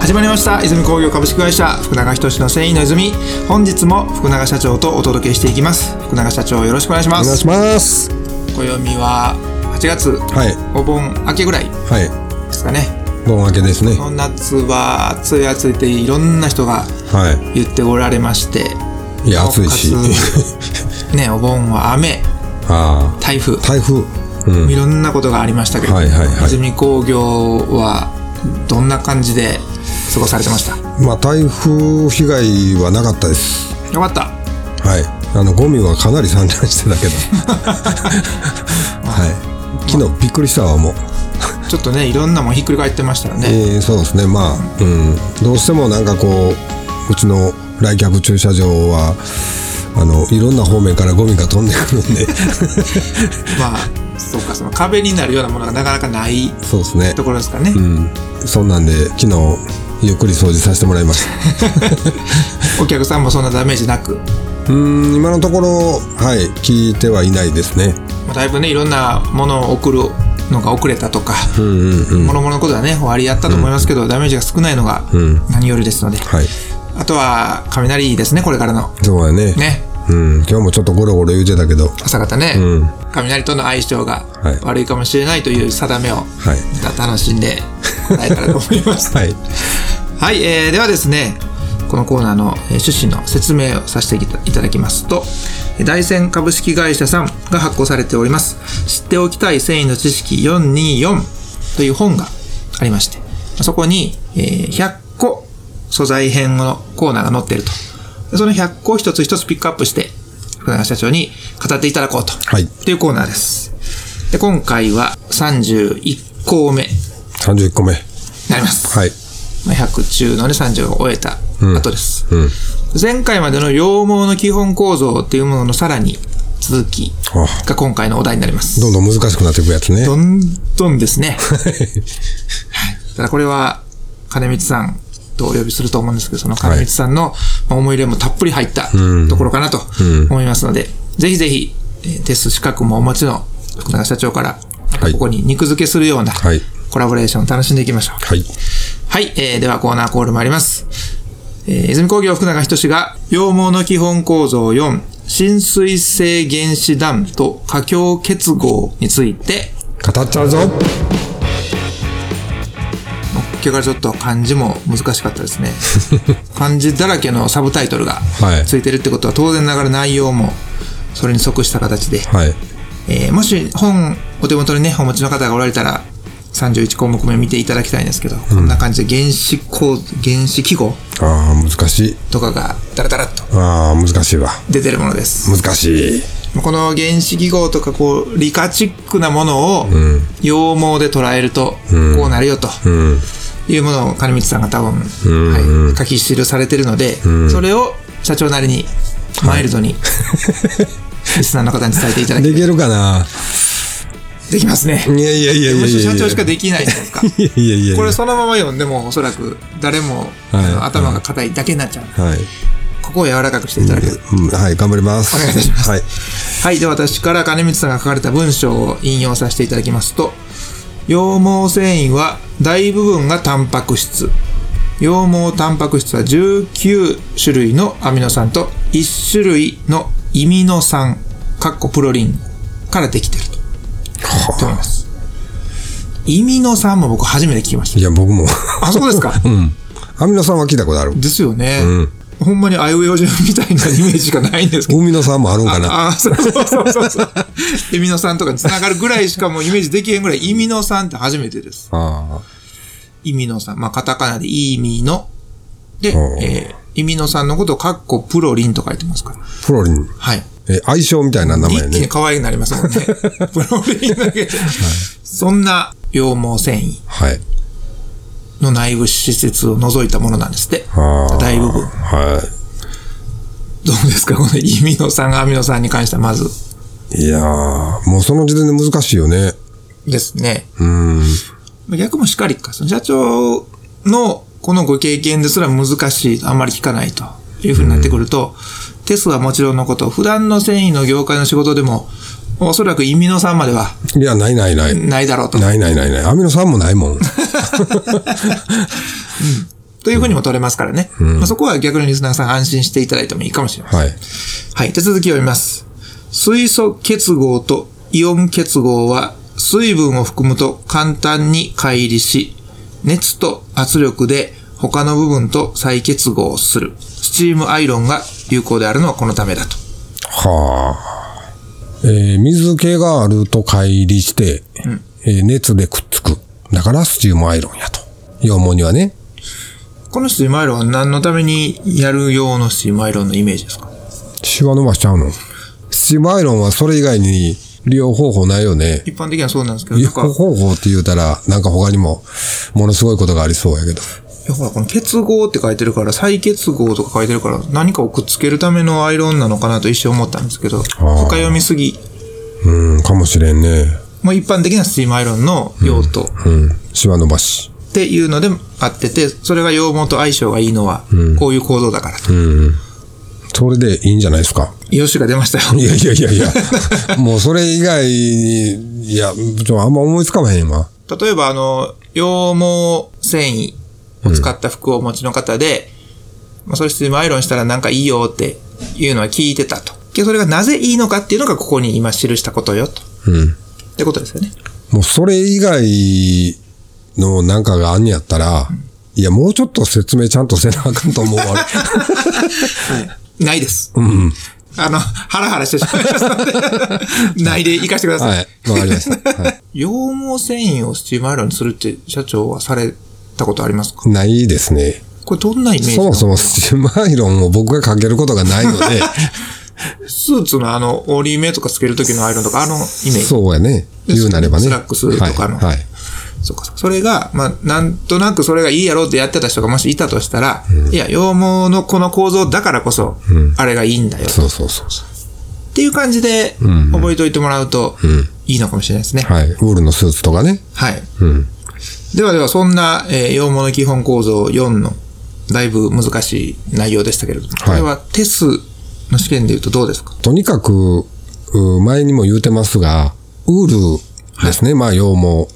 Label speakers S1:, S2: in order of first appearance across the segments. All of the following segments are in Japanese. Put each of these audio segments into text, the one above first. S1: 始まりました泉工業株式会社福永仁の繊維の泉本日も福永社長とお届けしていきます福永社長よろしくお願いしま
S2: お願い
S1: す
S2: します
S1: 暦は8月
S2: はい
S1: お盆明けぐらいで
S2: は
S1: すかね
S2: い盆明けですね
S1: この夏は暑い暑いっていろんな人が
S2: は
S1: 言っておられまして
S2: いいや暑いし
S1: なおかつねお盆は雨
S2: ああ
S1: 台風
S2: 台風うん
S1: いろんなことがありましたけど、
S2: はいはいはい
S1: 泉工業はどんな感じで過ごされてました
S2: まあ台風被害はなかったです
S1: よかった
S2: はいあのゴミはかなり散乱してた けどはい昨日びっくりしたわもう、
S1: ちょっとねいろんなもんひっくり返ってましたよね、
S2: えーそうですねまあうんどうしてもなんかこううちの来客駐車場はあのいろんな方面からゴミが飛んでくる んで
S1: まあそうかその壁になるようなものがなかなかない
S2: そうですね
S1: ところですかね、
S2: うんそんなんで昨日ゆっくり掃除させてもらいました
S1: お客さんもそんなダメージなく、
S2: うーん今のところはい聞いてはいないですね
S1: まあ、だいぶねいろんなものを送るのが遅れたとか、
S2: うんうんうん
S1: 諸々のことはね終わりやったと思いますけど、ダメージが少ないのが
S2: うん
S1: 何よりですので、
S2: はい
S1: あとは雷ですねこれからの
S2: そうだね
S1: ね
S2: うん今日もちょっとゴロゴロ言うてたけど
S1: 朝方ね、
S2: うん
S1: 雷との相性が
S2: はい
S1: 悪いかもしれないという定めを
S2: はい
S1: 楽しんでもらえたらと思い ます。
S2: はい
S1: はい、えーではですね、このコーナーのえー趣旨の説明をさせていたいただきますと、えー大山株式会社さんが発行されております、知っておきたい繊維の知識424という本がありまして、そこに、えー100個素材編のコーナーが載っていると。でその100個を一つ一つピックアップして、福永社長に語っていただこうと。
S2: はい
S1: というコーナーです。で、今回は31項目に
S2: 31個目
S1: なります。
S2: はい
S1: まあ100中のね、30を終えた後です。
S2: うん
S1: 前回までの羊毛の基本構造っていうもののさらに続き
S2: あ
S1: が今回のお題になります。
S2: どんどん難しくなっていくやつね
S1: どんどんですね。 はい。ただこれは、金光さんとお呼びすると思うんですけど、その金光さんのまあ思い入れもたっぷり入ったところかなと思いますので、ぜひぜひ、えーテスト資格もお持ちの福永社長から、
S2: はい
S1: ここに肉付けするような
S2: はい
S1: コラボレーションを楽しんでいきましょう。
S2: はい
S1: はい、えーではコーナーコール参ります。えー、泉工業福永仁が、羊毛の基本構造4、浸水性原子弾と過強結合について、
S2: 語っちゃうぞ
S1: 今日からちょっと漢字も難しかった ですね。漢字だらけのサブタイトルが
S2: はい
S1: ついてるってことは、当然ながら内容もそれに即した形で、
S2: はい
S1: えーもし本、お手元にね、お持ちの方がおられたら、31項目目見ていただきたいんですけど、こんな感じで原子構、原子記号
S2: あー難しい
S1: とかがダラダラっと
S2: あー難しいわ
S1: 出てるものです。
S2: 難しい
S1: この原子記号とか、こう、理科チックなものを、羊毛で捉えると、こうなるよと
S2: うん
S1: いうものを、金光さんが多分、
S2: ん
S1: はい、書き記されてるので、それを社長なりに、マイルド に、リスナーの方に伝えていただき、
S2: できるかな
S1: できますね。
S2: いやいやいやいや
S1: む
S2: い
S1: しろ
S2: や
S1: 社
S2: いや
S1: 長しかできないじゃない ですか。
S2: いやいやいや
S1: これそのまま読んでも、おそらく、誰も、
S2: はい
S1: あの頭が硬いだけになっちゃう。
S2: はい、
S1: ここを柔らかくしていただけると
S2: うん、はい頑張ります
S1: お願いいたします
S2: はい
S1: はい。で、私から金光さんが書かれた文章を引用させていただきますと、羊毛繊維は大部分がタンパク質。羊毛タンパク質は19種類のアミノ酸と1種類のイミノ酸、かっこプロリンからできてると
S2: は
S1: 思います。イミノ酸も僕初めて聞きまし
S2: いや 僕も
S1: た。あ、そうですか。
S2: アミノ酸は聞いたことある
S1: ですよね。ほんまにあいうえお順みたいなイメージしかないんですけど
S2: 海の酸もあるんかな
S1: ああ、そうそうそうそう。エミノ酸とかに繋がるぐらいしかもうイメージできへんぐらい、イミノ酸って初めてです。
S2: あ
S1: イミノ酸。まあ、カタカナでイミノ。で、
S2: おう
S1: えー、イミノ酸のことをカッコプロリンと書いてますから。
S2: あプロリン
S1: はい。
S2: え相性みたいな名前
S1: 一気に
S2: ね
S1: 可愛くなります もんね。プロリンだけで。そんな羊毛繊維
S2: はい
S1: の内部施設を除いたものなんですって。
S2: あー
S1: 大部分。
S2: は
S1: どうですかこのイミノ酸がアミノ酸に関してはまず
S2: いいやーもうその時点で難しいよね
S1: ですね。
S2: うん
S1: 逆もしかりか。その社長のこのご経験ですら難しい、あんまり聞かないというふうになってくると、テスはもちろんのこと、普段の繊維の業界の仕事でも、おそらくイミノ酸まではい
S2: やないないない
S1: ないだろうと。
S2: ないないないないアミノ酸もないもん
S1: というふうにも取れますからね。まあ、そこは逆にリスナーさん安心していただいてもいいかもしれません。
S2: はい。
S1: はい。手続きを読みます。水素結合とイオン結合は水分を含むと簡単に乖離し、熱と圧力で他の部分と再結合する。スチームアイロンが有効であるのはこのためだと。
S2: はあ。えー水気があると乖離して、えー熱でくっつく。だからスチームアイロンやと。羊毛にはね。
S1: このスチームアイロンは何のためにやる用のスチームアイロンのイメージですか
S2: シワ伸ばしちゃうの。スチームアイロンはそれ以外に利用方法ないよね。
S1: 一般的にはそうなんですけど、
S2: 利
S1: な
S2: 用
S1: んか、い
S2: 方法って言うたら、なんか他にも、ものすごいことがありそうやけど。
S1: やほら、この結合って書いてるから、再結合とか書いてるから、何かをくっつけるためのアイロンなのかなと一瞬思ったんですけど、深読みすぎ
S2: うん、かもしれんね。
S1: もう一般的なスチームアイロンの用途っ
S2: うん、シワ伸ばし。
S1: ていうのであってて、それが羊毛と相性がいいのは、こういう構造だからと。
S2: それでいいんじゃないですか。
S1: よしが出ました
S2: い
S1: よ。
S2: やいやいやい や。もうそれ以外に、いや、ちょ、あんま思いつかまへん、今。
S1: 例えば、あの、羊毛繊維を使った服をお持ちの方で、まあ、それスチームアイロンしたらなんかいいよっていうのは聞いてたと。でそれがなぜいいのかっていうのがここに今記したことよと。
S2: うん。
S1: ってことですよね。
S2: もうそれ以外のなんかがあんねやったら、いや、もうちょっと説明ちゃんとせなあかんと思 うわ。
S1: ないです。
S2: うん。
S1: あの、ハラハラしてしまいましたの で、ないで行かせてください。
S2: はい。わかりました。は
S1: 羊毛繊維をスチームアイロンにするって社長はされたことありますか
S2: い。ないですね。
S1: これどんなイメージ
S2: そもそもスチームアイロンを僕がかけることがないの
S1: スーツのあの、折り目とかつける時のアイロンとか、あのイメー
S2: で、
S1: ジ。
S2: そうやね。言うなればね。
S1: スラックスとかの
S2: はい。はい
S1: そうかそうか。それが、まあ、なんとなくそれがいいやろうってやってた人がもしいたとしたら、いや、羊毛のこの構造だからこそ、あれがいいんだよ。
S2: そうそうそうそう。
S1: っていう感じで、覚えておいてもらうと、いいのかもしれないですね。
S2: はい。ウールのスーツとかね。
S1: はい。
S2: うん。
S1: ではでは、そんな、えー、羊毛の基本構造4の、だいぶ難しい内容でしたけれども、これはテスの試験で言うとどうですか
S2: とにかく、う前にも言うてますが、ウールですね、まあ、羊毛。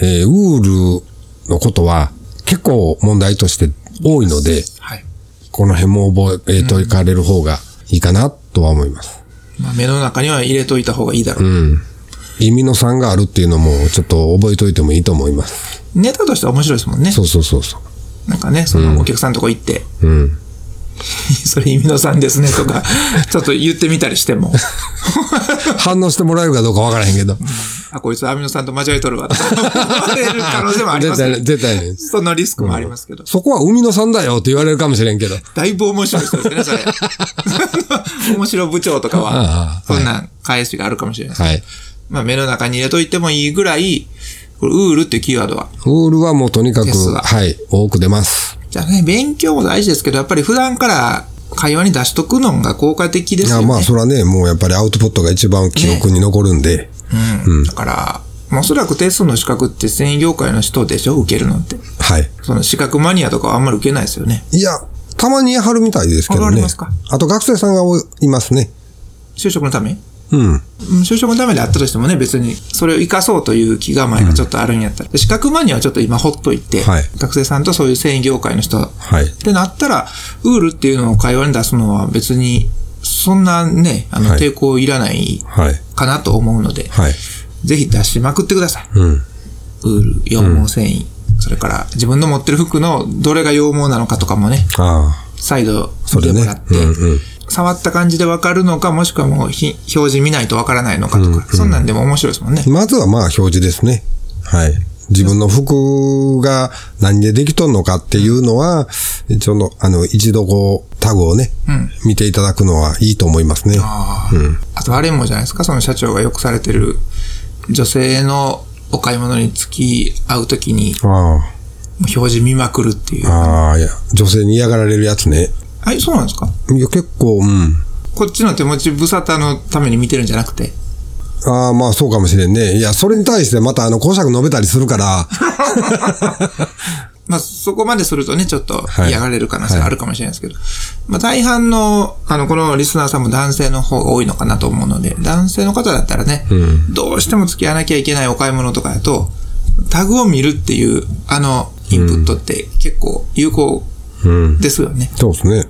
S2: えーウールのことは結構問題として多いので、
S1: はい。
S2: この辺も覚えておかれる方がいいかなとは思います。
S1: まあ、目の中には入れといた方がいいだろう。
S2: うん。意味の3があるっていうのも、ちょっと覚えておいてもいいと思います。
S1: ネタとしては面白いですもんね。
S2: そうそうそうそう。
S1: なんかね、そのお客さんのとこ行って、
S2: うん。
S1: それ、イミノさんですねとか、 ちょっと言ってみたりしても、
S2: 反応してもらえるかどうかわからへんけど。
S1: あ、こいつアミノさんと間違えとるわ、とか思われる可能性もあります
S2: 絶対
S1: け
S2: ね、
S1: ど、
S2: 絶対ね。
S1: そのリスクもありますけど、
S2: そこは海の3だよって言われるかもしれんけど。
S1: だいぶ面白い人ですね、それ。 面白部長とか
S2: ああ
S1: は
S2: あ、あ
S1: そんな返しがあるかもしれないです。
S2: はい。
S1: まあ、目の中に入れといてもいいぐらい、これ、ウールっていうキーワードは。
S2: ウールはもうとにかく、
S1: ですが
S2: はい、多く出ます。
S1: じゃあね、勉強も大事ですけど、やっぱり普段から会話に出しとくのが効果的で
S2: い
S1: すよ
S2: や、
S1: ね。
S2: まあ、それはね、もうやっぱりアウトプットが一番記憶に残るんで、
S1: うん。だから、まあおそらくテストの資格って繊維業界の人でしょ受けるのって。
S2: はい。
S1: その資格マニアとかはあんまり受けないですよね。
S2: いや、たまにやはるみたいですけど
S1: ああり
S2: ね
S1: ますか。
S2: あと学生さんがおいますね。
S1: 就職のため
S2: うん。
S1: うん就職のためであったとしてもね、別にそれを活かそうという気構えがちょっとあるんやったら、で資格マニアはちょっと今ほっといて、
S2: はい
S1: 学生さんとそういう繊維業界の人っ
S2: はい。
S1: てなったら、ウールっていうのを会話に出すのは別に、そんなね、あの、
S2: はい
S1: 抵抗いらない
S2: はい。
S1: かなと思うので、
S2: はい。
S1: ぜひ出しまくってください。
S2: うん。
S1: ウール、羊毛繊維、それから自分の持ってる服のどれが羊毛なのかとかもね、
S2: あ
S1: 再度
S2: あ、そ
S1: 見て
S2: れね。
S1: もらって、
S2: うんうん。
S1: 触った感じでわかるのか、もしくはもうひ表示見ないとわからないのかとか、そんなんでも面白いですもんね。
S2: まずはまあ、表示ですね。はい。自分の服が何でできとんのかっていうのは、その、あの、一度こう、タグをね、
S1: うん
S2: 見ていただくのはいいと思いますね。
S1: あああとあれもじゃないですか、その社長がよくされてる、女性のお買い物に付き合うときに、
S2: あ
S1: 表示見まくるっていう。
S2: あ。ああ、いや、女性に嫌がられるやつね。
S1: はい、そうなんですか
S2: いや、結構、うん。
S1: こっちの手持ち無沙汰のために見てるんじゃなくて。
S2: ああ、まあそうかもしれんね。いや、それに対してまたあの、講釈述べたりするから、
S1: まあ、そこまでするとね、ちょっと
S2: はい
S1: 嫌がれる可能性があるかもしれないですけど、まあ、大半の、あの、このリスナーさんも男性の方が多いのかなと思うので、男性の方だったらね、どうしても付き合わなきゃいけないお買い物とかだと、タグを見るっていう、あの、インプットって結構有効ですよね。
S2: そうですね。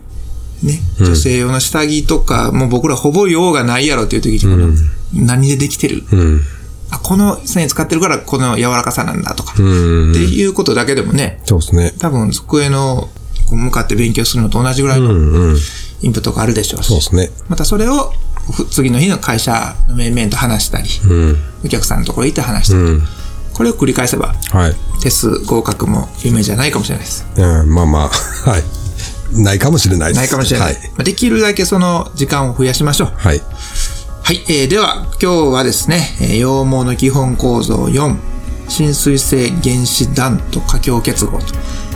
S1: ね。女性用の下着とか、もう僕らほぼ用がないやろっていう時に、この何でできてる
S2: うん。
S1: あ、この繊維使ってるからこの柔らかさなんだとか、
S2: うん
S1: っていうことだけでもね、
S2: そうですね。
S1: 多分机のこう向かって勉強するのと同じぐらいの
S2: うんうん。
S1: インプットがあるでしょうし、
S2: そうですね。
S1: またそれをふ次の日の会社の面々と話したり、
S2: うん。
S1: お客さんのところに行って話したり、
S2: うん。
S1: これを繰り返せば、
S2: はい。
S1: テス合格も夢じゃないかもしれないです。
S2: うん、まあまあ、 はい。ないかもしれないです。
S1: ないかもしれない。
S2: は
S1: まあできるだけその時間を増やしましょう。
S2: はい。
S1: はい、えーでは今日はですね、えー羊毛の基本構造4浸水性原子弾と過強結合と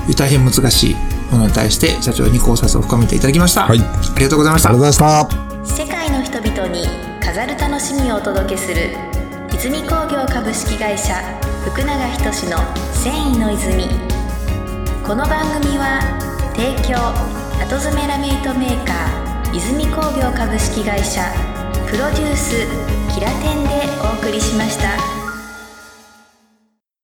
S1: いう大変難しいものに対して社長に考察を深めていただきました、
S2: はい
S1: ありがとうございまし
S2: あ
S1: た
S2: りがとうございました。
S3: 世界の人々に飾る楽しみをお届けする泉工業株式会社福永仁の「繊維の泉」この番組は提供後詰めラメイトメーカー泉工業株式会社プロデュースキラテンでお送りしました。